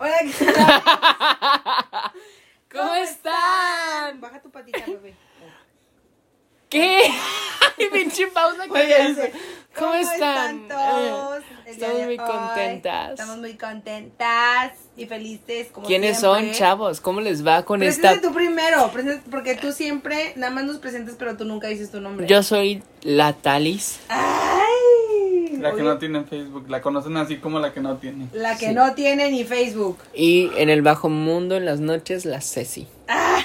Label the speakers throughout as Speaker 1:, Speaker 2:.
Speaker 1: Hola, ¿qué tal?
Speaker 2: ¿Cómo están?
Speaker 1: Baja tu patita, bebé.
Speaker 2: ¿Qué? Ay, pinche pausa que
Speaker 1: Oye,
Speaker 2: ya hizo.
Speaker 1: dice,
Speaker 2: ¿Cómo están?
Speaker 1: todos?
Speaker 2: Eh,
Speaker 1: El día
Speaker 2: Estamos
Speaker 1: de
Speaker 2: muy
Speaker 1: hoy
Speaker 2: contentas.
Speaker 1: Estamos muy contentas y felices como
Speaker 2: ¿Quiénes son,
Speaker 1: siempre.
Speaker 2: chavos? ¿Cómo les va con
Speaker 1: Preséntate
Speaker 2: esta?
Speaker 1: tú primero, presenta- porque tú siempre nada más nos presentas, pero tú nunca dices tu nombre.
Speaker 2: Yo soy la Talis.
Speaker 1: ¡Ay!
Speaker 3: La que
Speaker 1: Oye,
Speaker 3: no tiene Facebook, la conocen así como la que no tiene.
Speaker 1: la que no tiene ni Facebook.
Speaker 2: Y en el bajo mundo, en las noches, la Ceci.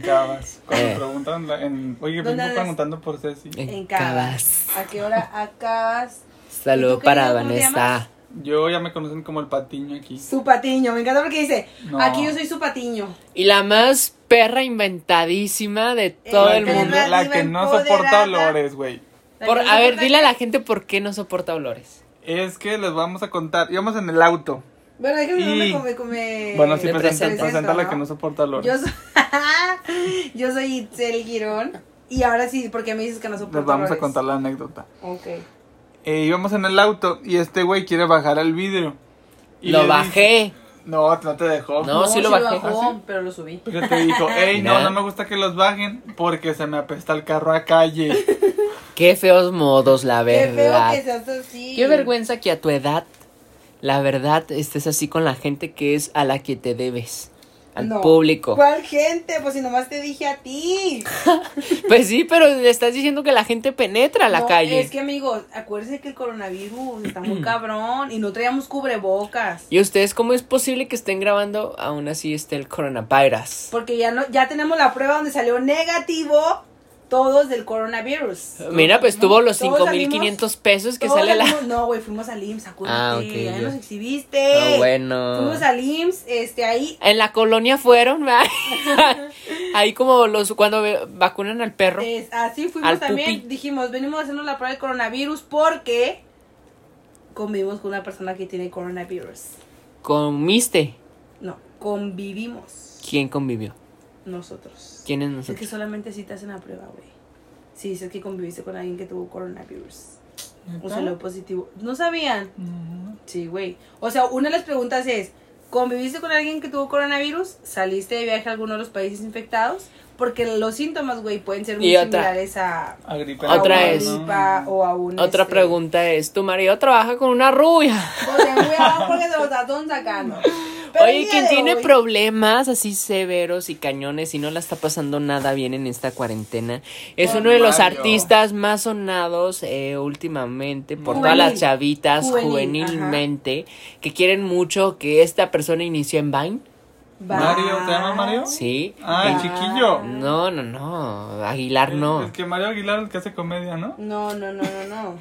Speaker 3: Cabas. Cuando
Speaker 2: Eh.
Speaker 3: preguntan, la- en, oye,
Speaker 1: ¿Dónde
Speaker 3: vengo
Speaker 1: andas?
Speaker 3: preguntando por Ceci.
Speaker 1: En Cabas. ¿A qué hora acabas? ¿Y
Speaker 2: Saludo
Speaker 1: tú,
Speaker 2: para
Speaker 1: querido, cómo te llamas?
Speaker 2: Vanessa.
Speaker 3: Yo ya me conocen como el patiño aquí.
Speaker 1: Su patiño. Me encanta porque dice,
Speaker 3: No.
Speaker 1: aquí yo soy su patiño.
Speaker 2: Y la más perra inventadísima de todo
Speaker 1: Eh,
Speaker 2: el
Speaker 1: perra.
Speaker 2: mundo.
Speaker 3: La que no soporta
Speaker 1: empoderada.
Speaker 3: olores, güey.
Speaker 2: Por, a ver, dile a la gente por qué no soporta olores.
Speaker 3: Es que les vamos a contar. Íbamos en el auto.
Speaker 1: Bueno, déjame
Speaker 3: Y-
Speaker 1: come, come.
Speaker 3: Bueno, sí,
Speaker 2: Me
Speaker 3: presenta,
Speaker 2: presento,
Speaker 3: presenta la
Speaker 1: ¿no?
Speaker 3: que no soporta olores.
Speaker 1: Eh, Yo soy, yo soy Itzel Girón. Y ahora sí, porque me dices que no soporto
Speaker 3: les vamos a
Speaker 1: olores?
Speaker 3: contar la anécdota.
Speaker 1: Ok.
Speaker 3: Eh, íbamos en el auto y este güey quiere bajar al vidrio. Y
Speaker 2: Lo
Speaker 3: le
Speaker 2: bajé.
Speaker 3: dice- no, no te dejó.
Speaker 2: No, sí lo bajé.
Speaker 1: bajó,
Speaker 3: ¿Ah, sí?
Speaker 1: pero lo subí.
Speaker 3: Pero te dijo, hey, no,
Speaker 2: Mira.
Speaker 3: no me gusta que los bajen porque se me apesta el carro a calle.
Speaker 2: Qué feos modos, la
Speaker 1: Qué feo
Speaker 2: verdad.
Speaker 1: que seas así.
Speaker 2: Qué vergüenza que a tu edad, la verdad, estés así con la gente que es a la que te debes. Al
Speaker 1: No.
Speaker 2: público.
Speaker 1: ¿Cuál gente? Pues si nomás te dije a ti.
Speaker 2: Pues sí, pero le estás diciendo que la gente penetra a la
Speaker 1: No,
Speaker 2: calle.
Speaker 1: Es que, amigos, acuérdense que el coronavirus está muy cabrón y no traíamos cubrebocas.
Speaker 2: ¿Y ustedes cómo es posible que estén grabando aún así esté el coronavirus?
Speaker 1: Porque ya no, ya tenemos la prueba donde salió negativo todos del coronavirus.
Speaker 2: Mira, pues tuvo los
Speaker 1: Todos
Speaker 2: 5500 pesos que
Speaker 1: Todos
Speaker 2: sale la...
Speaker 1: salimos- No, güey, fuimos al IMSS, acuérdate.
Speaker 2: Ah, ok,
Speaker 1: ahí
Speaker 2: ya.
Speaker 1: nos exhibiste.
Speaker 2: Ah, bueno.
Speaker 1: Fuimos al IMSS, este, ahí.
Speaker 2: En la colonia fueron, ¿verdad? Ahí como los cuando ve- vacunan al perro.
Speaker 1: es- así fuimos
Speaker 2: Al
Speaker 1: también.
Speaker 2: pupi.
Speaker 1: Dijimos, venimos a hacernos la prueba de coronavirus porque convivimos con una persona que tiene coronavirus.
Speaker 2: ¿Comiste?
Speaker 1: No, convivimos
Speaker 2: ¿Quién convivió?
Speaker 1: nosotros.
Speaker 2: ¿Quién es
Speaker 1: Es que
Speaker 2: nosotros?
Speaker 1: solamente si te hacen la prueba, güey. Si dices que conviviste con alguien que tuvo coronavirus. O salió positivo. ¿No sabían? Sí, güey. O sea, una de las preguntas es, ¿conviviste con alguien que tuvo coronavirus? ¿Saliste de viaje a alguno de los países infectados? Porque los síntomas, güey, pueden ser muy
Speaker 2: Y otra.
Speaker 1: similares a,
Speaker 3: A gripe.
Speaker 1: a
Speaker 2: Otra
Speaker 1: una
Speaker 2: es.
Speaker 1: gripa o a un...
Speaker 2: Otra
Speaker 1: este,
Speaker 2: pregunta es, ¿tu marido trabaja con una rubia?
Speaker 1: O sea, güey, abajo porque se los tatón sacando. Pero el
Speaker 2: Oye,
Speaker 1: día
Speaker 2: quien
Speaker 1: de
Speaker 2: tiene
Speaker 1: hoy-
Speaker 2: problemas así severos y cañones y no la está pasando nada bien en esta cuarentena, es
Speaker 3: Juan
Speaker 2: uno de los
Speaker 3: Mario.
Speaker 2: artistas más sonados eh, últimamente por todas
Speaker 1: Juvenil.
Speaker 2: las chavitas
Speaker 1: Juvenil,
Speaker 2: juvenilmente que quieren mucho que esta persona inició en Vine,
Speaker 3: Mario, ¿se llama
Speaker 1: Oh.
Speaker 3: Mario?
Speaker 2: ¿sí?
Speaker 3: Ah, el
Speaker 1: Ah.
Speaker 3: chiquillo.
Speaker 2: No, no, no, Aguilar
Speaker 3: Eh, Es
Speaker 2: Ah, no.
Speaker 3: que Mario Aguilar el que hace comedia, ¿no?
Speaker 1: No, no, no, no, no.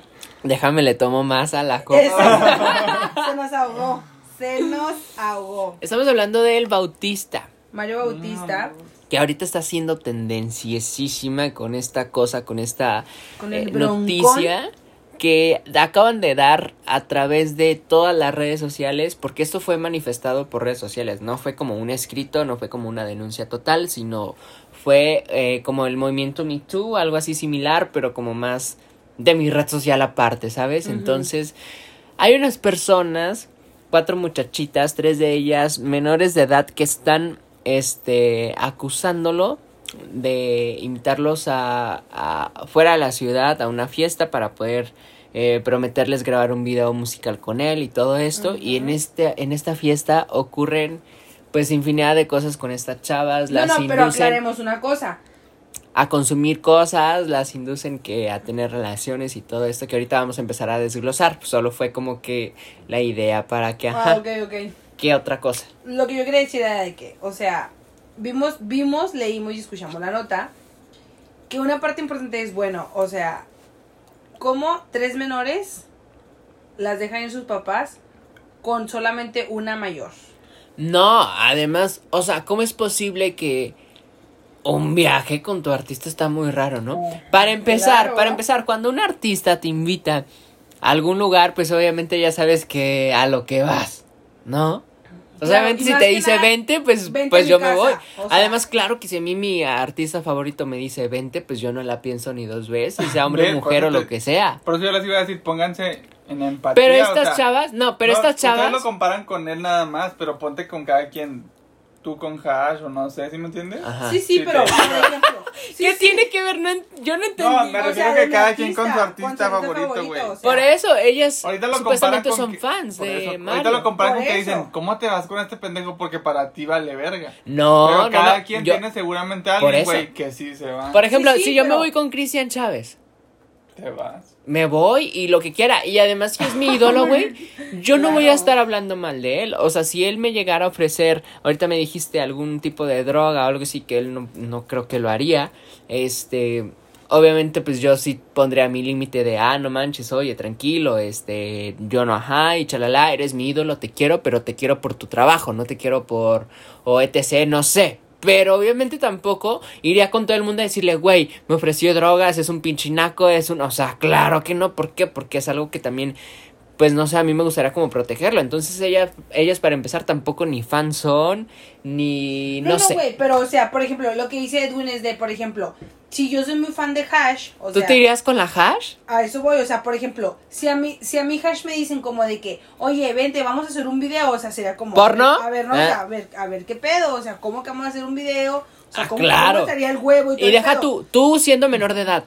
Speaker 2: Déjame le tomo más a la
Speaker 1: Eso.
Speaker 2: copa.
Speaker 1: se nos ahogó. Se nos ahogó.
Speaker 2: Estamos hablando del Bautista.
Speaker 1: Mario Bautista
Speaker 2: que ahorita está siendo tendenciosísima con esta cosa, con esta
Speaker 1: Con el broncón.
Speaker 2: eh, noticia que acaban de dar a través de todas las redes sociales, porque esto fue manifestado por redes sociales, no fue como un escrito, no fue como una denuncia total, sino fue eh, como el movimiento Me Too, algo así similar, pero como más de mi red social aparte, ¿sabes?
Speaker 1: Ujú.
Speaker 2: Entonces, hay unas personas, cuatro muchachitas, tres de ellas menores de edad que están este acusándolo de invitarlos a, a- fuera de la ciudad a una fiesta para poder eh, prometerles grabar un video musical con él y todo esto y en este en esta fiesta ocurren pues infinidad de cosas con estas chavas
Speaker 1: No,
Speaker 2: las
Speaker 1: no, pero
Speaker 2: inducen
Speaker 1: aclaremos una cosa.
Speaker 2: a consumir cosas, las inducen que a tener relaciones y todo esto que ahorita vamos a empezar a desglosar. Solo fue como que la idea para que,
Speaker 1: Ah,
Speaker 2: ajá,
Speaker 1: ok, ok.
Speaker 2: ¿qué otra cosa?
Speaker 1: Lo que yo quería decir era de que, o sea, vimos, vimos, leímos y escuchamos la nota. Que una parte importante es, bueno, o sea, como tres menores las dejan en sus papás con solamente una mayor.
Speaker 2: No, además, o sea, ¿cómo es posible que un viaje con tu artista está muy raro, no? Para empezar,
Speaker 1: Claro.
Speaker 2: para empezar, cuando un artista te invita a algún lugar, pues obviamente ya sabes que a lo que vas, ¿no? O O sea,
Speaker 1: Claro,
Speaker 2: obviamente
Speaker 1: y
Speaker 2: si
Speaker 1: más
Speaker 2: te
Speaker 1: que
Speaker 2: dice
Speaker 1: nada,
Speaker 2: 20, pues,
Speaker 1: vente a
Speaker 2: pues
Speaker 1: mi
Speaker 2: yo me
Speaker 1: casa,
Speaker 2: voy.
Speaker 1: o sea.
Speaker 2: Además, claro que si a mí mi artista favorito me dice 20, pues yo no la pienso ni dos veces, sea hombre
Speaker 3: Ve,
Speaker 2: o mujer o
Speaker 3: cuando
Speaker 2: lo
Speaker 3: te-
Speaker 2: que sea.
Speaker 3: Por eso yo les iba a decir, pónganse en empatía.
Speaker 2: Pero
Speaker 3: o
Speaker 2: estas
Speaker 3: sea,
Speaker 2: chavas, no, pero
Speaker 3: no,
Speaker 2: estas
Speaker 3: Ustedes
Speaker 2: chavas.
Speaker 3: lo comparan con él nada más, pero ponte con cada quien. Tú con Hash o no sé, ¿sí me entiendes?
Speaker 2: Ajá.
Speaker 1: Sí, sí,
Speaker 3: Sí,
Speaker 1: pero.
Speaker 3: te-
Speaker 1: por ejemplo, sí,
Speaker 2: ¿Qué
Speaker 1: sí,
Speaker 2: tiene que ver? No en- yo no entendí.
Speaker 3: No, me
Speaker 1: o
Speaker 3: refiero
Speaker 1: sea,
Speaker 3: que
Speaker 1: de mi
Speaker 3: cada quien con su
Speaker 1: artista,
Speaker 3: artista
Speaker 1: con su artista
Speaker 3: favorito, güey.
Speaker 1: favorito, o sea,
Speaker 2: Por eso, ellas
Speaker 3: Ahorita lo comparan
Speaker 2: supuestamente
Speaker 3: con
Speaker 2: son
Speaker 3: que-
Speaker 2: fans
Speaker 3: por
Speaker 2: de
Speaker 3: eso, Ahorita
Speaker 2: Mario.
Speaker 3: lo comparan con
Speaker 1: Por
Speaker 3: que
Speaker 1: eso.
Speaker 3: dicen, ¿cómo te vas con este pendejo? Porque para ti vale verga.
Speaker 2: No,
Speaker 3: Pero
Speaker 2: no,
Speaker 3: cada
Speaker 2: no,
Speaker 3: quien
Speaker 2: yo-
Speaker 3: tiene seguramente
Speaker 2: Por
Speaker 3: alguien,
Speaker 2: eso.
Speaker 3: güey, que sí se va.
Speaker 2: Por ejemplo,
Speaker 1: Sí, sí,
Speaker 2: si yo me
Speaker 1: pero-
Speaker 2: voy con Cristian Chávez,
Speaker 3: Te vas.
Speaker 2: me voy y lo que quiera. Y además que es mi ídolo, güey, yo no voy a
Speaker 1: Claro.
Speaker 2: estar hablando mal de él. O sea, si él me llegara a ofrecer, ahorita me dijiste algún tipo de droga o algo así que él no, no creo que lo haría. Este, obviamente pues yo sí pondría mi límite de, ah, no manches, oye, tranquilo, este, yo no, ajá, y chalala, eres mi ídolo, te quiero, pero te quiero por tu trabajo, no te quiero por, o etc, no sé. Pero obviamente tampoco iría con todo el mundo a decirle, güey, me ofreció drogas, es un pinchinaco, es un... O sea, claro que no, ¿por qué? Porque es algo que también, pues no sé, a mí me gustaría como protegerlo. Entonces ellas, ellas para empezar tampoco ni fan son, ni... No,
Speaker 1: No, no,
Speaker 2: sé.
Speaker 1: güey, pero o sea, por ejemplo, lo que dice Edwin es de, por ejemplo, si yo soy muy fan de Hash, o
Speaker 2: ¿Tú
Speaker 1: sea,
Speaker 2: te irías con la hash?
Speaker 1: a eso voy, o sea, por ejemplo, si a mí, si a mí Hash me dicen como de que, oye, vente, vamos a hacer un video, o sea, sería como,
Speaker 2: ¿Porno?
Speaker 1: a ver, no,
Speaker 2: Eh.
Speaker 1: o sea, a ver, a ver qué pedo, o sea, cómo que vamos a hacer un video, o sea,
Speaker 2: Ah,
Speaker 1: cómo,
Speaker 2: claro.
Speaker 1: cómo estaría el huevo y todo
Speaker 2: Y
Speaker 1: el
Speaker 2: deja
Speaker 1: pedo?
Speaker 2: tú, tú siendo menor de edad.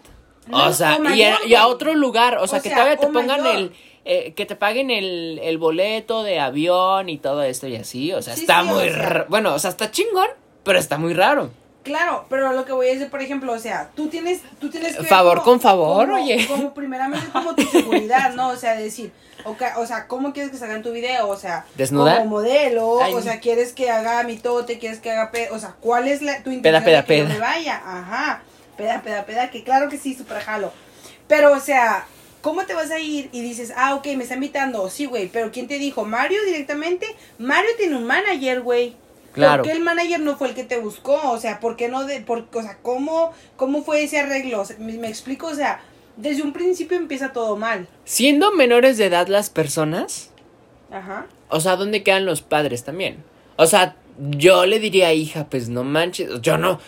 Speaker 1: No,
Speaker 2: o
Speaker 1: o
Speaker 2: sea, y, a,
Speaker 1: mayor,
Speaker 2: y a
Speaker 1: güey.
Speaker 2: otro lugar. O sea,
Speaker 1: O
Speaker 2: que
Speaker 1: sea,
Speaker 2: todavía te
Speaker 1: o
Speaker 2: pongan
Speaker 1: mayor.
Speaker 2: el... eh, que te paguen el, el boleto de avión y todo esto y así. O sea,
Speaker 1: Sí,
Speaker 2: está
Speaker 1: sí, o
Speaker 2: muy...
Speaker 1: sea.
Speaker 2: ra- Bueno, o sea, está chingón, pero está muy raro.
Speaker 1: Claro, pero lo que voy a decir, por ejemplo, o sea, tú tienes, tú tienes que... ver
Speaker 2: Favor con favor,
Speaker 1: como-
Speaker 2: oye.
Speaker 1: Como primeramente como tu seguridad, ¿no? O sea, decir, okay, o sea, ¿cómo quieres que salga en tu video? O sea,
Speaker 2: ¿Desnuda?
Speaker 1: como modelo,
Speaker 2: Ay.
Speaker 1: o sea, ¿quieres que haga mitote? ¿Quieres que haga pedo? O sea, ¿cuál es la, tu intención
Speaker 2: Peda, peda,
Speaker 1: de que yo
Speaker 2: peda.
Speaker 1: me vaya? Ajá, peda, peda, peda, que claro que sí, super jalo. Pero, o sea, ¿cómo te vas a ir y dices, ah, ok, me está invitando? Sí, güey, pero ¿quién te dijo? ¿Mario directamente? Mario tiene un manager, güey.
Speaker 2: Claro.
Speaker 1: ¿Por qué el manager no fue el que te buscó? O sea, ¿por qué no? De, por, o sea, ¿cómo, ¿cómo fue ese arreglo? O sea, me, me explico, o sea, desde un principio empieza todo mal.
Speaker 2: Siendo menores de edad las personas,
Speaker 1: Ajá.
Speaker 2: o sea, ¿dónde quedan los padres también? O sea, yo le diría, hija, pues no manches, yo no.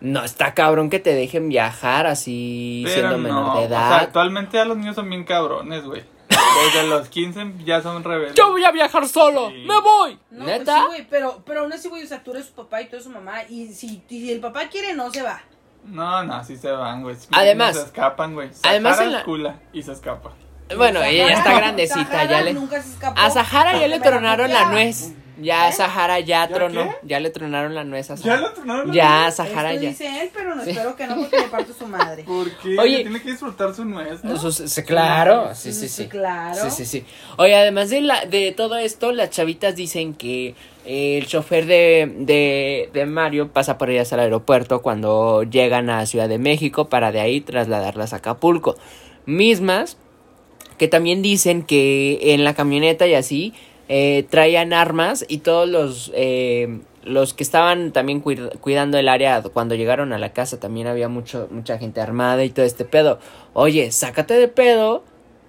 Speaker 2: No, está cabrón que te dejen viajar así
Speaker 3: Pero
Speaker 2: siendo
Speaker 3: no.
Speaker 2: menor de
Speaker 3: O sea,
Speaker 2: edad.
Speaker 3: actualmente ya los niños son bien cabrones, güey. Desde los 15 ya son rebeldes.
Speaker 2: yo voy a viajar solo,
Speaker 3: Sí.
Speaker 2: me voy.
Speaker 1: No, pues
Speaker 2: ¿Neta?
Speaker 1: sí, güey, pero, pero aún así, güey, o sea, tú eres su papá y tú eres su mamá. Y si, y si el papá quiere, no se va.
Speaker 3: No, no, sí se van, güey.
Speaker 2: Además-
Speaker 3: Se escapan, güey.
Speaker 2: además
Speaker 3: Además
Speaker 2: en la-
Speaker 3: y se escapa.
Speaker 2: Eh, bueno, ella ya está
Speaker 1: Sahara-
Speaker 2: grandecita,
Speaker 1: Sahara
Speaker 2: ya le.
Speaker 1: nunca se escapó. pues
Speaker 2: A Sahara ya
Speaker 1: Me
Speaker 2: le
Speaker 1: la
Speaker 2: tronaron la
Speaker 1: copiaba.
Speaker 2: nuez. Ya
Speaker 1: ¿Eh?
Speaker 2: Sahara ya
Speaker 3: ¿Ya
Speaker 2: tronó.
Speaker 3: qué?
Speaker 2: Ya le tronaron la nuez a
Speaker 3: Ya
Speaker 2: Sahara.
Speaker 3: lo tronaron.
Speaker 2: Ya, Sahara
Speaker 1: Esto
Speaker 2: ya.
Speaker 1: dice él, pero no espero que no porque le parto su madre.
Speaker 3: ¿Por qué?
Speaker 2: Oye.
Speaker 3: Tiene que disfrutar su nuez, ¿no?
Speaker 2: Eso es- sí, claro, sí, sí, sí.
Speaker 1: Claro.
Speaker 2: Sí, sí, sí. Oye, además de, la, de todo esto, las chavitas dicen que eh, el chofer de, de, de Mario pasa por ellas al aeropuerto cuando llegan a Ciudad de México para de ahí trasladarlas a Acapulco. Mismas que también dicen que en la camioneta y así eh, traían armas y todos los, eh, los que estaban también cuid- cuidando el área cuando llegaron a la casa también había mucho, mucha gente armada y todo este pedo. Oye, sácate de pedo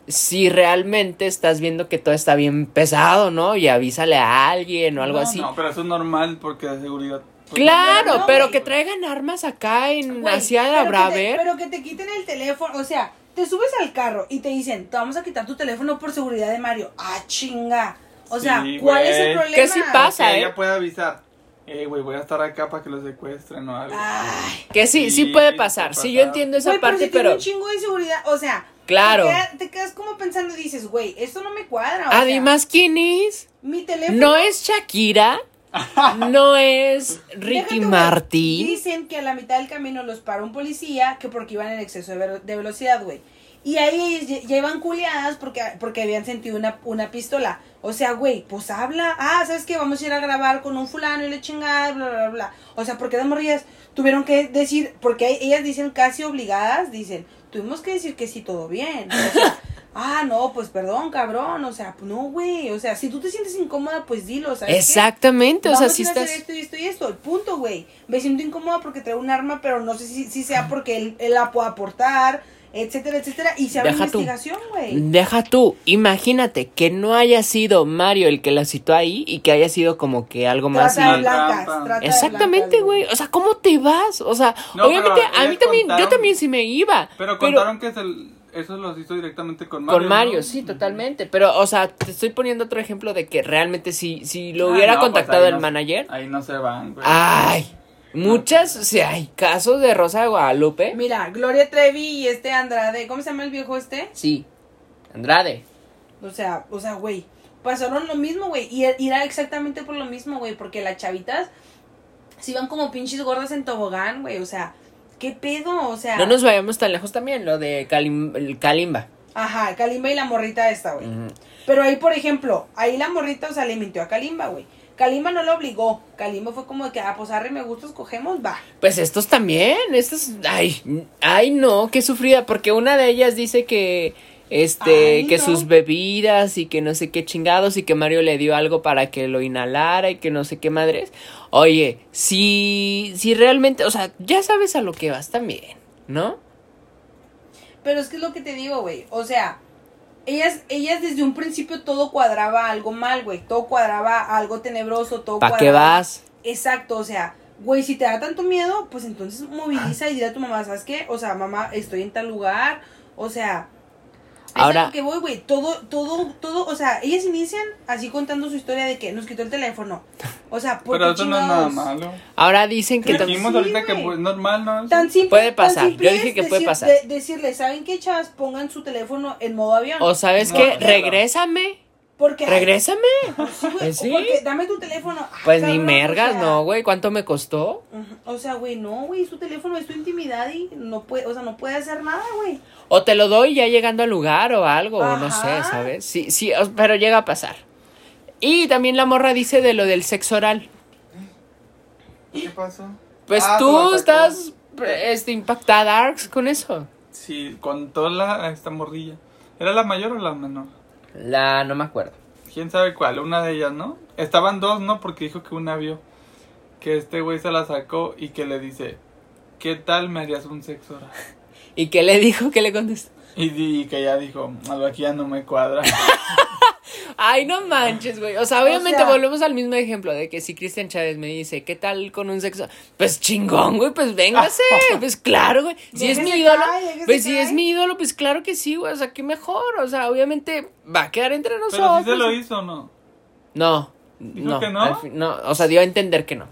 Speaker 2: si realmente estás viendo que todo está bien pesado, ¿no? Y avísale a alguien o algo
Speaker 3: No,
Speaker 2: así.
Speaker 3: No, pero eso es normal porque de seguridad. pues,
Speaker 2: Claro,
Speaker 1: pues, No,
Speaker 2: pero
Speaker 1: güey.
Speaker 2: que traigan armas acá en
Speaker 1: Güey,
Speaker 2: hacia la
Speaker 1: pero que
Speaker 2: Braver.
Speaker 1: te- Pero que te quiten el teléfono, o sea, te subes al carro y te dicen, te vamos a quitar tu teléfono por seguridad de Mario. Ah, chinga. O
Speaker 3: Sí,
Speaker 1: sea, ¿cuál es el
Speaker 3: güey.
Speaker 1: problema?
Speaker 2: ¿Qué sí pasa?
Speaker 3: Que
Speaker 2: ¿eh?
Speaker 3: ella puede avisar. Eh, güey, voy a estar acá para que lo secuestren o algo.
Speaker 1: Ay,
Speaker 2: Que sí, sí
Speaker 3: Sí,
Speaker 2: puede
Speaker 3: sí
Speaker 2: pasar.
Speaker 3: puede
Speaker 2: Sí, yo
Speaker 3: pasar.
Speaker 2: entiendo esa
Speaker 1: güey, pero,
Speaker 2: parte,
Speaker 1: si tiene
Speaker 2: pero...
Speaker 1: un chingo de seguridad, o sea,
Speaker 2: Claro.
Speaker 1: te, queda- te quedas como pensando y dices, güey, esto no me cuadra. o sea,
Speaker 2: Además, ¿quién es?
Speaker 1: mi teléfono
Speaker 2: No es Shakira. No es Ricky
Speaker 1: Deja tú,
Speaker 2: Martin.
Speaker 1: Dicen que a la mitad del camino los paró un policía que porque iban en exceso de, velo- de velocidad, güey. Y ahí lle- ya iban culiadas porque, porque habían sentido una, una pistola. O sea, güey, pues habla. Ah, ¿sabes qué? Vamos a ir a grabar con un fulano y le chingada, bla, bla, bla. O sea, porque de morrillas tuvieron que decir, porque ahí ellas dicen casi obligadas, dicen, tuvimos que decir que sí, todo bien. O sea, ah, no, pues perdón, cabrón. O sea, pues, no, güey. O sea, si tú te sientes incómoda, pues dilo, ¿sabes? qué?
Speaker 2: Exactamente, o sea,
Speaker 1: Vamos a
Speaker 2: si
Speaker 1: ir a hacer
Speaker 2: estás.
Speaker 1: esto y esto y esto, el punto, güey. Me siento incómoda porque traigo un arma, pero no sé si, si sea porque él, él la pueda aportar. etcétera, etcétera. Y se abre
Speaker 2: Deja tú.
Speaker 1: investigación, güey.
Speaker 2: Deja tú, imagínate que no haya sido Mario el que la citó ahí y que haya sido como que algo más.
Speaker 1: Trata de
Speaker 3: y-
Speaker 2: y-
Speaker 1: blancas.
Speaker 3: Trampa.
Speaker 1: trata de
Speaker 2: Exactamente,
Speaker 1: blancas,
Speaker 2: güey. O sea, ¿cómo te vas? O sea,
Speaker 3: No,
Speaker 2: obviamente
Speaker 3: pero
Speaker 2: a mí
Speaker 3: les
Speaker 2: también, yo
Speaker 3: contaron.
Speaker 2: también sí me iba.
Speaker 3: Pero contaron que es el- eso los hizo directamente con Mario.
Speaker 2: Con Mario,
Speaker 3: ¿no?
Speaker 2: sí, totalmente. Pero, o sea, te estoy poniendo otro ejemplo de que realmente si, si lo
Speaker 3: Ah,
Speaker 2: hubiera
Speaker 3: no, pues
Speaker 2: contactado
Speaker 3: ahí
Speaker 2: el
Speaker 3: no-
Speaker 2: manager. Ah,
Speaker 3: Ahí no se van, güey.
Speaker 2: Ay, muchas, o sea, hay casos de Rosa de Guadalupe.
Speaker 1: Mira, Gloria Trevi y este Andrade, ¿cómo se llama el viejo este?
Speaker 2: Sí, Andrade.
Speaker 1: O sea, o sea, güey, pasaron lo mismo, güey, y y era exactamente por lo mismo, güey, porque las chavitas se iban como pinches gordas en tobogán, güey, o sea, ¿qué pedo? O sea,
Speaker 2: No nos vayamos tan lejos también, lo de Kalim- el Kalimba.
Speaker 1: ajá, Kalimba y la morrita esta, güey.
Speaker 2: Ujú.
Speaker 1: Pero ahí, por ejemplo, ahí la morrita, o sea, le mintió a Kalimba, güey. Kalimba no lo obligó. Kalimba fue como de que, ah, pues arre, me gustos, cogemos, va.
Speaker 2: Pues estos también, estos, ay, ay no, qué sufrida, porque una de ellas dice que, este,
Speaker 1: Ay,
Speaker 2: que
Speaker 1: no.
Speaker 2: sus bebidas y que no sé qué chingados y que Mario le dio algo para que lo inhalara y que no sé qué madres. Oye, si, si realmente, o sea, ya sabes a lo que vas también, ¿no?
Speaker 1: Pero es que es lo que te digo, güey. O sea, ellas, ellas desde un principio todo cuadraba a algo mal, güey. Todo cuadraba a algo tenebroso, todo
Speaker 2: ¿Para qué
Speaker 1: cuadraba.
Speaker 2: vas?
Speaker 1: Exacto, o sea, güey, si te da tanto miedo, pues entonces moviliza y dile a tu mamá, ¿sabes qué? O sea, mamá, estoy en tal lugar, o sea... es a
Speaker 2: Ahora-
Speaker 1: lo que voy, güey, todo, todo, todo, o sea, ellas inician así contando su historia de que nos quitó el teléfono. O sea, ¿por
Speaker 3: Pero
Speaker 1: qué
Speaker 3: eso no es nada
Speaker 1: chingados?
Speaker 3: malo.
Speaker 2: Ahora dicen que
Speaker 1: Sí,
Speaker 2: tam-
Speaker 1: también-
Speaker 3: Dijimos ahorita
Speaker 1: Sí,
Speaker 3: que
Speaker 1: güey.
Speaker 3: pues, normal, ¿no? Es-
Speaker 1: Tan simple,
Speaker 2: Puede
Speaker 1: tan
Speaker 2: pasar,
Speaker 1: simple
Speaker 2: yo dije
Speaker 1: es
Speaker 2: que puede
Speaker 1: decir-
Speaker 2: pasar.
Speaker 1: de- decirle, ¿saben qué, chavas? Pongan su teléfono en modo avión.
Speaker 2: o sabes
Speaker 3: No,
Speaker 2: qué,
Speaker 3: no.
Speaker 2: regrésame,
Speaker 1: porque
Speaker 2: regrésame.
Speaker 1: Sí, güey,
Speaker 2: Pues
Speaker 1: o
Speaker 2: sí.
Speaker 1: porque dame tu teléfono. Ah,
Speaker 2: Pues ni
Speaker 1: cabrón, o
Speaker 2: mergas,
Speaker 1: sea,
Speaker 2: no, güey, ¿cuánto me costó?
Speaker 1: Ujú, O sea, güey, no, güey, es tu teléfono, es tu intimidad y no puede, o sea, no puede hacer nada, güey.
Speaker 2: O te lo doy ya llegando al lugar o algo, o no sé,
Speaker 1: Ajá.
Speaker 2: ¿sabes? Sí, sí, o- pero llega a pasar. Y también la morra dice de lo del sexo oral.
Speaker 3: ¿Qué pasó?
Speaker 2: Pues
Speaker 3: Ah, se
Speaker 2: tú
Speaker 3: lo sacó.
Speaker 2: estás este, impactada, Arx, con eso.
Speaker 3: Sí, con toda la, esta morrilla. ¿Era la mayor o la menor?
Speaker 2: La, no me acuerdo.
Speaker 3: ¿Quién sabe cuál? Una de ellas, ¿no? Estaban dos, ¿no? Porque dijo que una vio. Que este güey se la sacó y que le dice, ¿qué tal me harías un sexo oral?
Speaker 2: ¿Y qué le dijo? ¿Qué le contestó?
Speaker 3: Y, di- y que ella dijo, algo aquí ya no me cuadra.
Speaker 2: Ay, no manches, güey. O sea, obviamente
Speaker 1: sea-
Speaker 2: volvemos al mismo ejemplo de que si Cristian Chávez me dice, ¿qué tal con un sexo? Pues chingón, güey, pues véngase. pues claro, güey. Si es mi
Speaker 1: Déjese
Speaker 2: ídolo,
Speaker 1: caer, déjese
Speaker 2: pues si es
Speaker 1: caer.
Speaker 2: mi ídolo, pues claro que sí, güey. O sea, qué mejor. O sea, obviamente va a quedar entre nosotros.
Speaker 3: Pero sí se lo hizo, ¿no?
Speaker 2: No.
Speaker 3: ¿Dijo
Speaker 2: no,
Speaker 3: que no?
Speaker 2: al fin- no, o sea, dio a entender que no.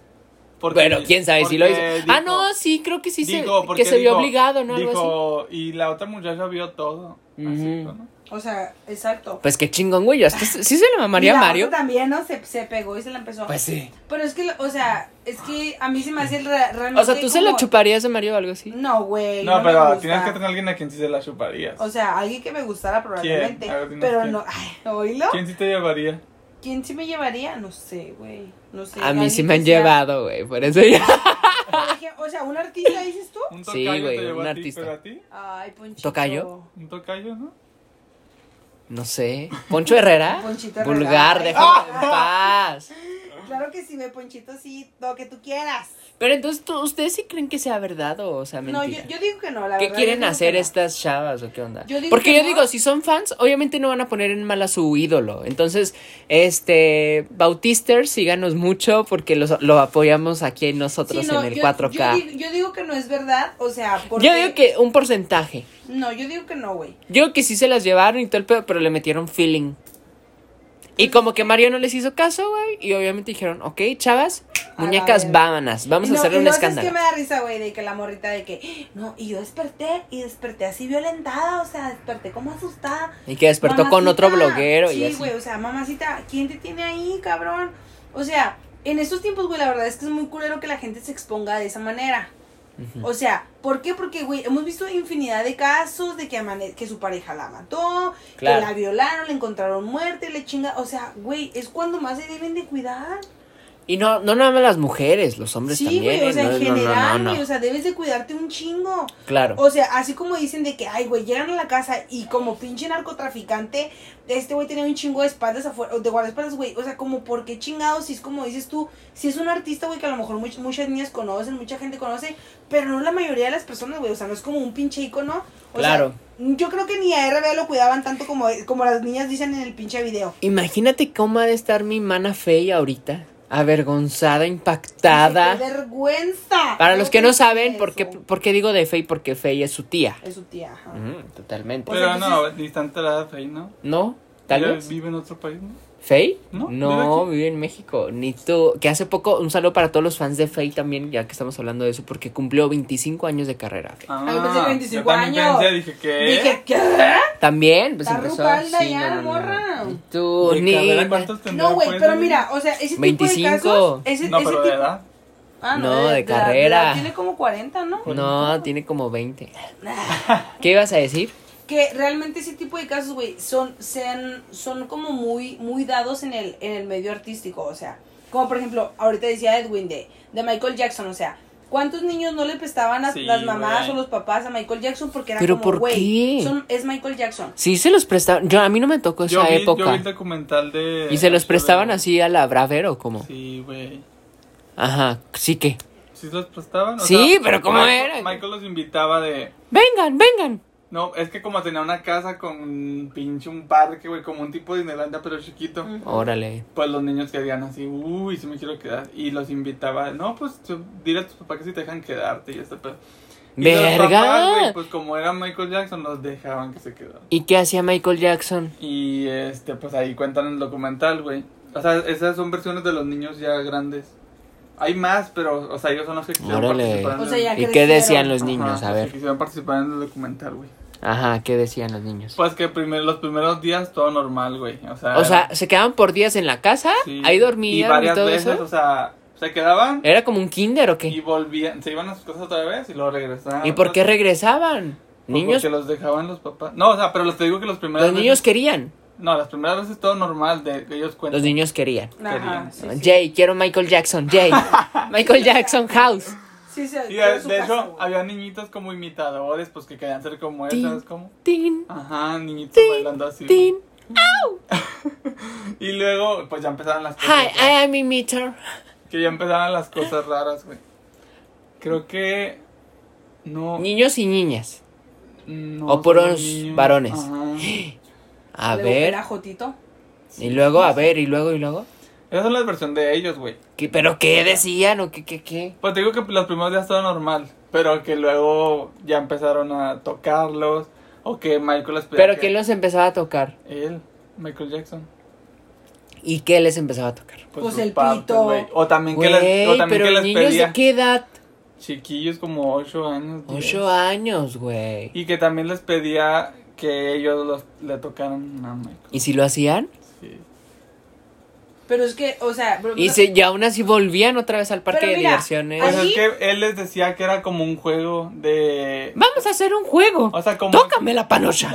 Speaker 3: Porque-
Speaker 2: Pero quién sabe si lo hizo.
Speaker 3: porque
Speaker 2: ah,
Speaker 3: dijo-
Speaker 2: no, sí, creo que sí se,
Speaker 3: dijo, porque
Speaker 2: que se vio
Speaker 3: dijo-
Speaker 2: obligado, ¿no? Algo así.
Speaker 3: Dijo, y la otra muchacha vio todo. así,
Speaker 2: Ujú.
Speaker 3: ¿no?
Speaker 1: O sea, exacto.
Speaker 2: Pues qué chingón, güey. Hasta se- sí se le
Speaker 1: Y
Speaker 2: mamaría
Speaker 1: la
Speaker 2: a
Speaker 1: otra
Speaker 2: Mario.
Speaker 1: también, ¿no? Se, se pegó y se la empezó.
Speaker 2: Pues sí.
Speaker 1: Pero es que, o sea, es que a mí se me hace re- realmente
Speaker 2: O sea, ¿tú se
Speaker 1: como-
Speaker 2: la chuparías a Mario o algo así?
Speaker 1: No, güey.
Speaker 3: No,
Speaker 1: me
Speaker 3: pero
Speaker 1: gusta.
Speaker 3: tienes que tener a alguien a quien sí se la chuparías.
Speaker 1: O sea, alguien que me gustara probablemente.
Speaker 3: A ver, dinos
Speaker 1: Pero
Speaker 3: quién.
Speaker 1: no, ay, ¿oílo? ¿Quién?
Speaker 3: ¿Quién sí te llevaría?
Speaker 1: sí me llevaría? No sé, güey. No sé.
Speaker 2: A mí
Speaker 1: alguien
Speaker 2: sí
Speaker 1: que
Speaker 2: me han
Speaker 1: sea-
Speaker 2: llevado, güey. Por eso ya.
Speaker 1: por ejemplo, O sea, ¿un artista dices tú?
Speaker 3: Un
Speaker 2: Sí,
Speaker 3: tocayo
Speaker 2: güey,
Speaker 3: te llevó
Speaker 2: un
Speaker 3: a ti,
Speaker 2: artista.
Speaker 3: pero a ti,
Speaker 1: Ay, Ponchito.
Speaker 2: ¿Tocayo?
Speaker 3: un tocayo, ¿no?
Speaker 2: No sé. Poncho Herrera.
Speaker 1: Ponchito Herrera.
Speaker 2: Vulgar,
Speaker 1: Ay,
Speaker 2: déjame en paz.
Speaker 1: Claro que sí, me Ponchito, sí, lo que tú quieras.
Speaker 2: Pero entonces, ¿tú- ¿ustedes sí creen que sea verdad o sea
Speaker 1: No, yo,
Speaker 2: mentira?
Speaker 1: yo digo que no, la
Speaker 2: ¿Qué
Speaker 1: verdad, yo
Speaker 2: quieren
Speaker 1: digo
Speaker 2: hacer
Speaker 1: que no.
Speaker 2: estas chavas o qué onda?
Speaker 1: Yo digo
Speaker 2: Porque
Speaker 1: que
Speaker 2: yo
Speaker 1: no.
Speaker 2: digo, si son fans, obviamente no van a poner en mal a su ídolo. Entonces, este, Bautisters, síganos mucho porque los- lo apoyamos aquí
Speaker 1: Sí,
Speaker 2: nosotros
Speaker 1: no,
Speaker 2: en el
Speaker 1: yo-
Speaker 2: 4K.
Speaker 1: Yo, digo, yo digo que no es verdad, o sea, porque...
Speaker 2: Yo digo que un porcentaje.
Speaker 1: No, yo digo que no, güey.
Speaker 2: Yo digo que sí se las llevaron y todo el pedo, pero le metieron feeling. Y como que Mario no les hizo caso, güey, y obviamente dijeron, ok, chavas,
Speaker 1: A la
Speaker 2: muñecas
Speaker 1: verga.
Speaker 2: vámanas, vamos
Speaker 1: Y
Speaker 2: a
Speaker 1: no-
Speaker 2: hacerle
Speaker 1: y
Speaker 2: un
Speaker 1: no, ¿sabes
Speaker 2: escándalo.
Speaker 1: qué me da risa, güey? De que la morrita de que... No, y yo desperté, y desperté así violentada, o sea, desperté como asustada.
Speaker 2: Y que despertó con
Speaker 1: Mamacita,
Speaker 2: otro bloguero y
Speaker 1: Sí,
Speaker 2: así.
Speaker 1: güey, o sea, mamacita, ¿quién te tiene ahí, cabrón? O sea, en estos tiempos, güey, la verdad es que es muy culero que la gente se exponga de esa manera. O sea, ¿por qué? Porque, güey, hemos visto infinidad de casos de que, amane- que su pareja la mató,
Speaker 2: Claro.
Speaker 1: que la violaron, le encontraron muerte, le chinga. O sea, güey, es cuando más se deben de cuidar.
Speaker 2: Y no, no nada más las mujeres, los hombres
Speaker 1: Sí,
Speaker 2: también.
Speaker 1: güey, o
Speaker 2: ¿eh?
Speaker 1: sea,
Speaker 2: No,
Speaker 1: en
Speaker 2: no, no,
Speaker 1: general,
Speaker 2: no, no.
Speaker 1: güey, o sea, debes de cuidarte un chingo.
Speaker 2: Claro.
Speaker 1: O sea, así como dicen de que, ay, güey, llegan a la casa y como pinche narcotraficante, este güey tenía un chingo de espaldas afuera, o de guardaespaldas, güey. O sea, como porque chingados, si es como dices tú, si es un artista, güey, que a lo mejor much- muchas niñas conocen, mucha gente conoce, pero no la mayoría de las personas, güey. O sea, no es como un pinche icono. O
Speaker 2: Claro.
Speaker 1: Sea, yo creo que ni a RB lo cuidaban tanto como, como las niñas dicen en el pinche video.
Speaker 2: Imagínate cómo ha de estar mi mana Feya ahorita. Avergonzada, impactada.
Speaker 1: ¡Qué vergüenza!
Speaker 2: Para los que no saben, ¿por
Speaker 1: porque
Speaker 2: qué, por qué digo de Fey? Porque Fey es su tía.
Speaker 1: Es su tía, ajá.
Speaker 2: Ujú, totalmente.
Speaker 1: O sea,
Speaker 3: Pero no,
Speaker 1: entonces-
Speaker 3: distante la edad ahí, ¿no?
Speaker 2: ¿No? ¿Tal
Speaker 3: Ella
Speaker 2: vez?
Speaker 3: Vive en otro país, ¿no?
Speaker 2: ¿Fey?
Speaker 3: No, vive
Speaker 2: No,
Speaker 3: aquí.
Speaker 2: vive en México. Ni tú. Que hace poco, un saludo para todos los fans de Fey también, ya que estamos hablando de eso, porque cumplió 25 años de carrera. Fey.
Speaker 3: Ah,
Speaker 1: yo pensé que
Speaker 3: yo
Speaker 1: 25
Speaker 3: también
Speaker 1: años.
Speaker 3: pensé, dije, ¿qué?
Speaker 1: Dije, ¿qué?
Speaker 2: También, pues
Speaker 1: Está
Speaker 2: empezó.
Speaker 1: rucalda
Speaker 2: sí,
Speaker 1: ya,
Speaker 2: no, no, no.
Speaker 1: morra.
Speaker 2: Ni tú,
Speaker 3: ¿De
Speaker 2: ni-
Speaker 3: carrera cuántos tendrá,
Speaker 1: No, güey,
Speaker 3: pues,
Speaker 1: pero
Speaker 3: güey?
Speaker 1: mira, o sea, ese
Speaker 2: 25.
Speaker 1: tipo de casos... Ese,
Speaker 3: No,
Speaker 1: ese
Speaker 3: pero de
Speaker 1: tipo,
Speaker 3: edad.
Speaker 1: Ah,
Speaker 2: No, de
Speaker 1: edad,
Speaker 2: carrera.
Speaker 1: edad. Tiene como 40, ¿no?
Speaker 2: No, tiene como 20. ¿Qué ibas a decir?
Speaker 1: Que realmente ese tipo de casos, güey, son, sean, son como muy, muy dados en el, en el medio artístico, o sea. Como por ejemplo, ahorita decía Edwin de, de Michael Jackson, o sea, ¿cuántos niños no le prestaban las,
Speaker 3: Sí,
Speaker 1: las mamás
Speaker 3: güey.
Speaker 1: o los papás a Michael Jackson porque era
Speaker 2: ¿Pero
Speaker 1: como,
Speaker 2: por
Speaker 1: güey,
Speaker 2: qué?
Speaker 1: son- es Michael Jackson?
Speaker 2: Sí, se los prestaban. Yo, a mí no me tocó
Speaker 3: Yo
Speaker 2: esa
Speaker 3: vi, yo vi
Speaker 2: época.
Speaker 3: el documental de...
Speaker 2: ¿Y se los prestaban así a la Braver o cómo?
Speaker 3: Sí, güey.
Speaker 2: Ajá, sí que.
Speaker 3: ¿Sí se los prestaban? O
Speaker 2: Sí,
Speaker 3: sea,
Speaker 2: pero ¿cómo
Speaker 3: Michael-
Speaker 2: era?
Speaker 3: Michael los invitaba de...
Speaker 2: Vengan, vengan.
Speaker 3: No, es que como tenía una casa con un pinche un parque, güey, como un tipo de Disneylandia, pero chiquito.
Speaker 1: Ujú.
Speaker 2: Órale.
Speaker 3: Pues los niños querían así, uy, si me quiero quedar. Y los invitaba, no, pues tú- dile a tus papás que si te dejan quedarte y este pedo. Y los papás, güey,
Speaker 2: Verga.
Speaker 3: pues como era Michael Jackson, los dejaban que se quedaran.
Speaker 2: ¿Y qué hacía Michael Jackson?
Speaker 3: Y este, pues ahí cuentan el documental, güey. O sea, esas son versiones de los niños ya grandes. Hay más, pero, o sea, ellos son los que quisieron
Speaker 2: Órale.
Speaker 3: participar. en
Speaker 1: O
Speaker 3: el-
Speaker 1: sea, ya
Speaker 2: ¿Y qué
Speaker 1: crecieron.
Speaker 2: decían los
Speaker 3: Ajá,
Speaker 2: niños? A
Speaker 3: los que
Speaker 2: ver.
Speaker 3: Quisieron participar en el documental, güey.
Speaker 2: Ajá, ¿qué decían los niños?
Speaker 3: Pues que primer- los primeros días todo normal, güey. O sea,
Speaker 2: O sea,
Speaker 3: era-
Speaker 2: se quedaban por días en la casa,
Speaker 3: ah, sí.
Speaker 2: ahí
Speaker 3: Y
Speaker 2: dormían y,
Speaker 3: varias
Speaker 2: todo
Speaker 3: veces,
Speaker 2: eso. Eh,
Speaker 3: o sea, se quedaban
Speaker 2: ¿Era como un kinder o
Speaker 3: y
Speaker 2: qué?
Speaker 3: volvían, se iban a sus casas otra vez y luego regresaban.
Speaker 2: ¿Y por qué regresaban?
Speaker 3: Pues
Speaker 2: Niños,
Speaker 3: Porque los dejaban los papás. No, o sea, pero los te digo que los primeros
Speaker 2: los niños querían.
Speaker 3: No, las primeras veces todo normal, de que ellos cuentan.
Speaker 2: Los niños querían.
Speaker 1: Ajá,
Speaker 3: Querían.
Speaker 1: sí, sí.
Speaker 2: Ah, Jay, quiero Michael Jackson, Jay. Michael Jackson House.
Speaker 1: Sí, sí,
Speaker 3: Y
Speaker 1: todo
Speaker 3: de,
Speaker 1: su
Speaker 3: de
Speaker 1: casa,
Speaker 3: hecho,
Speaker 1: güey.
Speaker 3: había niñitos como imitadores, pues que querían ser como él,
Speaker 2: Tin.
Speaker 3: ¿sabes cómo?
Speaker 2: Tin,
Speaker 3: Ajá, niñitos
Speaker 2: Tin,
Speaker 3: bailando así.
Speaker 2: tin.
Speaker 3: Y luego, pues ya empezaron las cosas.
Speaker 2: Hi,
Speaker 3: raras,
Speaker 2: I am Emitter.
Speaker 3: Que ya empezaban las cosas raras, güey. Creo que. No.
Speaker 2: Niños y niñas.
Speaker 3: no
Speaker 2: o puros
Speaker 3: niños.
Speaker 2: varones.
Speaker 3: Ajá.
Speaker 2: A
Speaker 1: Luego
Speaker 2: ver.
Speaker 1: Era Jotito.
Speaker 2: Y luego, a ver, y luego, y luego.
Speaker 3: Esa es la versión de ellos, güey.
Speaker 2: ¿Qué- ¿Pero qué decían o qué, qué, qué?
Speaker 3: Pues te digo que los primeros días todo normal, pero que luego ya empezaron a tocarlos, o que Michael les pedía
Speaker 2: Pero que los empezaba a tocar.
Speaker 3: Él, Michael Jackson.
Speaker 2: ¿y qué les empezaba a tocar.
Speaker 1: Pues
Speaker 3: sus
Speaker 1: el
Speaker 3: partes,
Speaker 1: pito.
Speaker 3: güey. O también
Speaker 2: Güey,
Speaker 3: que les, o también
Speaker 2: pero
Speaker 3: que les
Speaker 2: niños
Speaker 3: pedía
Speaker 2: de qué edad?
Speaker 3: chiquillos como 8 años. 10.
Speaker 2: Ocho años, güey.
Speaker 3: Y que también les pedía que ellos los, le tocaran a Michael.
Speaker 2: ¿Y si lo hacían?
Speaker 3: Sí.
Speaker 1: Pero es que, o sea, bro-
Speaker 2: Y, se, y aún así volvían otra vez al parque
Speaker 1: Pero
Speaker 2: de
Speaker 1: mira,
Speaker 2: diversiones.
Speaker 3: Pues
Speaker 1: Ahí-
Speaker 3: es que él les decía que era como un juego de...
Speaker 2: Vamos a hacer un juego.
Speaker 3: O sea, como...
Speaker 2: Tócame la panocha.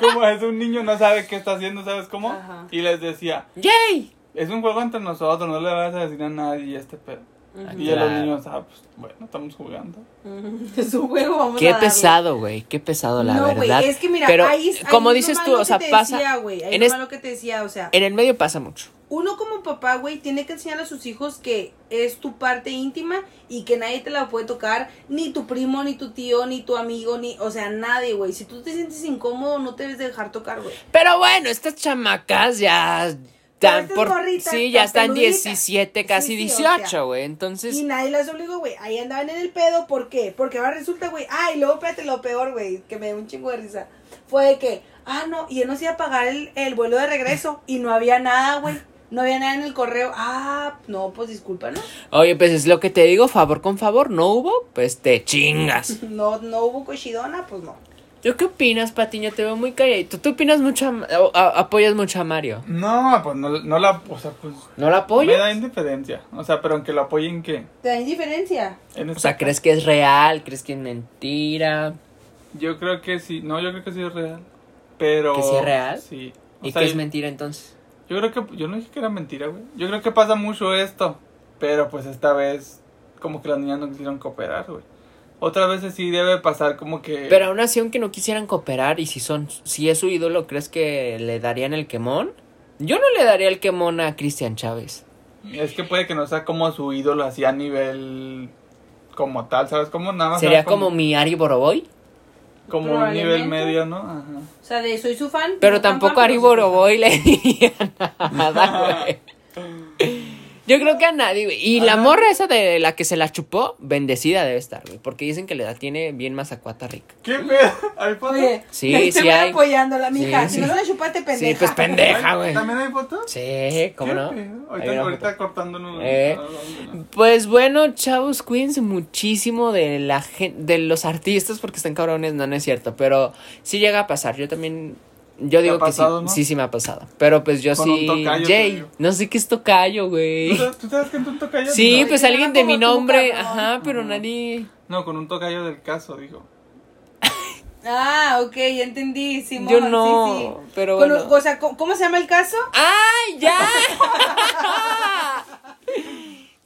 Speaker 3: Como es un niño, no sabe qué está haciendo, ¿sabes cómo?
Speaker 1: Ajá.
Speaker 3: Y les decía,
Speaker 2: Jay.
Speaker 3: Es un juego entre nosotros, no le vas a decir a nadie este pedo.
Speaker 1: Ujú.
Speaker 3: Y ya
Speaker 2: Claro.
Speaker 3: los niños, ah, pues bueno, estamos jugando.
Speaker 1: Ujú. es un juego, vamos a
Speaker 2: Qué
Speaker 1: darle.
Speaker 2: pesado, güey. Qué pesado, la
Speaker 1: no, güey,
Speaker 2: verdad.
Speaker 1: es que mira,
Speaker 2: Pero,
Speaker 1: ahí, ahí
Speaker 2: como
Speaker 1: es
Speaker 2: dices
Speaker 1: nomás
Speaker 2: tú,
Speaker 1: lo
Speaker 2: o
Speaker 1: que
Speaker 2: sea,
Speaker 1: te
Speaker 2: pasa.
Speaker 1: decía, güey, ahí
Speaker 2: en,
Speaker 1: nomás
Speaker 2: es-
Speaker 1: lo que te decía, o sea,
Speaker 2: en el medio pasa mucho.
Speaker 1: uno como papá, güey, tiene que enseñar a sus hijos que es tu parte íntima y que nadie te la puede tocar, ni tu primo, ni tu tío, ni tu amigo, ni, o sea, nadie, güey. Si tú te sientes incómodo, no te debes dejar tocar, güey.
Speaker 2: Pero bueno, estas chamacas ya. Están
Speaker 1: estas
Speaker 2: por,
Speaker 1: morritas
Speaker 2: sí,
Speaker 1: tan
Speaker 2: ya están
Speaker 1: peluditas.
Speaker 2: 17, casi
Speaker 1: Sí, sí, o sea.
Speaker 2: 18, güey. Entonces,
Speaker 1: Y nadie las obligó, güey. Ahí andaban en el pedo, ¿por qué? Porque ahora resulta, güey, ay, luego espérate, lo peor, güey, que me dio un chingo de risa. Fue de que, ah, no, y él nos iba a pagar el, el vuelo de regreso y no había nada, güey. No había nada en el correo. Ah, no, pues disculpa, ¿no?
Speaker 2: oye, pues es lo que te digo, favor con favor, no hubo, pues te chingas.
Speaker 1: No, no hubo cochidona, pues no.
Speaker 2: ¿Tú qué opinas, Patiño? Te veo muy calladito. ¿Tú opinas mucho a, o- a- apoyas mucho a Mario?
Speaker 3: No, pues no, no la. O sea, pues.
Speaker 2: ¿No lo
Speaker 3: Me
Speaker 2: apoyas?
Speaker 3: da indiferencia. O sea, pero aunque lo apoyen, ¿qué?
Speaker 1: ¿Te da indiferencia?
Speaker 3: En
Speaker 2: O
Speaker 3: este-
Speaker 2: sea, ¿crees que es real? ¿Crees que es mentira?
Speaker 3: Yo creo que sí. No, yo creo que sí es real. Pero.
Speaker 2: ¿Que sí es real?
Speaker 3: Sí. O
Speaker 2: ¿Y
Speaker 3: sea,
Speaker 2: qué es
Speaker 3: yo-
Speaker 2: mentira entonces?
Speaker 3: Yo creo que. Yo no dije que era mentira, güey. Yo creo que pasa mucho esto. Pero pues esta vez, como que las niñas no quisieron cooperar, güey. Otras veces sí debe pasar como que.
Speaker 2: Pero aún así, aunque no quisieran cooperar y si son, si es su ídolo, ¿crees que le darían el quemón? Yo no le daría el quemón a Cristian Chávez.
Speaker 3: Es que puede que no sea como su ídolo así a nivel como tal, ¿sabes? Como nada más.
Speaker 2: Sería
Speaker 3: ¿sabes?
Speaker 2: como, mi Ari Boroboy.
Speaker 3: Como un nivel
Speaker 1: Probablemente.
Speaker 3: medio, ¿no? Ajá.
Speaker 1: O sea, de soy su fan.
Speaker 2: Pero
Speaker 1: fan, fan,
Speaker 2: tampoco
Speaker 1: pero
Speaker 2: a Ari
Speaker 1: soy su fan.
Speaker 2: Boroboy le diría nada, güey. Yo creo que a nadie, güey. Y la
Speaker 3: Ah.
Speaker 2: morra esa de la que se la chupó, bendecida debe estar, güey. Porque dicen que le la tiene bien mazacuata rica.
Speaker 3: ¿Qué pedo? ¿Hay fotos?
Speaker 1: Oye,
Speaker 2: Sí,
Speaker 1: ahí te
Speaker 2: sí
Speaker 1: voy
Speaker 2: hay.
Speaker 1: apoyándola, mija.
Speaker 2: Sí,
Speaker 1: Si no
Speaker 2: sí.
Speaker 1: la chupaste, pendeja.
Speaker 2: Sí, pues pendeja, güey.
Speaker 3: ¿También hay fotos?
Speaker 2: Sí, cómo
Speaker 3: ¿Qué
Speaker 2: no.
Speaker 3: pedo?
Speaker 2: Ahí
Speaker 3: Ahorita,
Speaker 2: una
Speaker 3: ahorita
Speaker 2: foto.
Speaker 3: cortándolo.
Speaker 2: Eh. Pues bueno, chavos, cuídense muchísimo de la gen- de los artistas porque están cabrones, no, no es cierto, pero sí llega a pasar. Yo también yo
Speaker 3: ¿Te
Speaker 2: digo
Speaker 3: ha
Speaker 2: que
Speaker 3: pasado,
Speaker 2: sí,
Speaker 3: no?
Speaker 2: sí sí me ha pasado, pero pues yo
Speaker 3: Con
Speaker 2: sí
Speaker 3: un tocayo, te
Speaker 2: Jay,
Speaker 3: digo.
Speaker 2: no sé qué es tocayo,
Speaker 3: ¿Tú,
Speaker 2: güey.
Speaker 3: sabes- tú sabes que en un tocayo?
Speaker 2: Sí,
Speaker 3: no,
Speaker 2: pues
Speaker 1: que se
Speaker 2: alguien
Speaker 1: llama
Speaker 2: de mi
Speaker 1: como tú,
Speaker 2: nombre,
Speaker 1: cabrón.
Speaker 2: ajá, pero nadie
Speaker 3: No, con un tocayo del caso, dijo.
Speaker 1: Ah, ok, ya entendí. Simón,
Speaker 2: Yo no,
Speaker 1: sí, sí.
Speaker 2: pero
Speaker 1: Con-
Speaker 2: bueno.
Speaker 1: O sea, ¿cómo, cómo se llama el caso?
Speaker 2: ¡Ay, ya!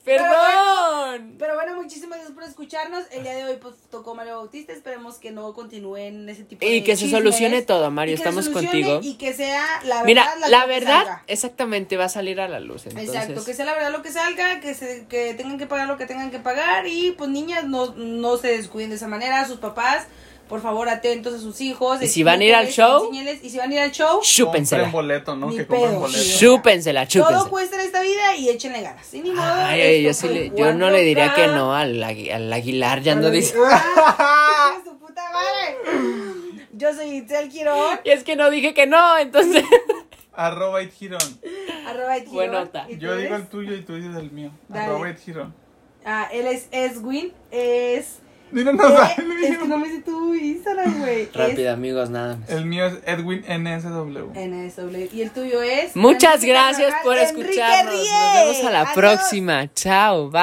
Speaker 2: Perdón.
Speaker 1: Pero bueno, muchísimas gracias por escucharnos. El día de hoy pues, tocó Mario Bautista. Esperemos que no continúen ese tipo de
Speaker 2: Y que se
Speaker 1: chismes.
Speaker 2: solucione todo,
Speaker 1: Y
Speaker 2: Mario,
Speaker 1: que se
Speaker 2: estamos
Speaker 1: solucione
Speaker 2: contigo.
Speaker 1: Y que sea la verdad
Speaker 2: Mira,
Speaker 1: la,
Speaker 2: la
Speaker 1: que
Speaker 2: verdad
Speaker 1: salga.
Speaker 2: exactamente va a salir a la luz, entonces
Speaker 1: Exacto, que sea la verdad lo que salga, que se, que tengan que pagar lo que tengan que pagar y pues niñas no, no se descuiden de esa manera, sus papás, por favor, atentos a sus hijos.
Speaker 2: Y si van a ir al
Speaker 1: explíquenles,
Speaker 2: show,
Speaker 1: enséñenles, y si van a ir al show,
Speaker 2: chúpensela.
Speaker 3: Compren boleto, ¿no?
Speaker 1: Ni
Speaker 3: que compren
Speaker 1: pedo.
Speaker 3: boleto.
Speaker 1: Shh.
Speaker 2: Chúpensela,
Speaker 1: todo
Speaker 2: chúpensela.
Speaker 1: cuesta en esta vida y échenle ganas. Y ni modo,
Speaker 2: Ay, ay, yo,
Speaker 1: esto
Speaker 2: sí
Speaker 1: fue
Speaker 2: le- yo no
Speaker 1: Cuatro
Speaker 2: le diría
Speaker 1: K.
Speaker 2: que no al, Agui- al Aguilar, ya ando dice.
Speaker 1: Ah, su puta madre. Yo soy Itzel Quirón,
Speaker 2: Y es que no dije que no, entonces.
Speaker 3: Arroba It Girón.
Speaker 1: arroba Itzel Quirón.
Speaker 2: Buenota.
Speaker 1: ¿Y tú
Speaker 3: Yo digo
Speaker 1: eres?
Speaker 3: el tuyo y tú dices el mío.
Speaker 1: Dale.
Speaker 3: Arroba It Girón.
Speaker 1: Ah, él es Eswin, es...
Speaker 3: Díganos
Speaker 1: Eh,
Speaker 3: el
Speaker 1: es que
Speaker 3: mío.
Speaker 1: no me dice tu Instagram, güey. Es-
Speaker 2: Rápido, amigos, nada más.
Speaker 3: El mío es Edwin NSW.
Speaker 1: NSW. Y el tuyo es.
Speaker 2: Muchas
Speaker 1: Enrique
Speaker 2: gracias
Speaker 1: Carvajal,
Speaker 2: por
Speaker 1: Enrique
Speaker 2: escucharnos. Nos vemos a la
Speaker 1: Ríe. Adiós.
Speaker 2: próxima. Chao, bye.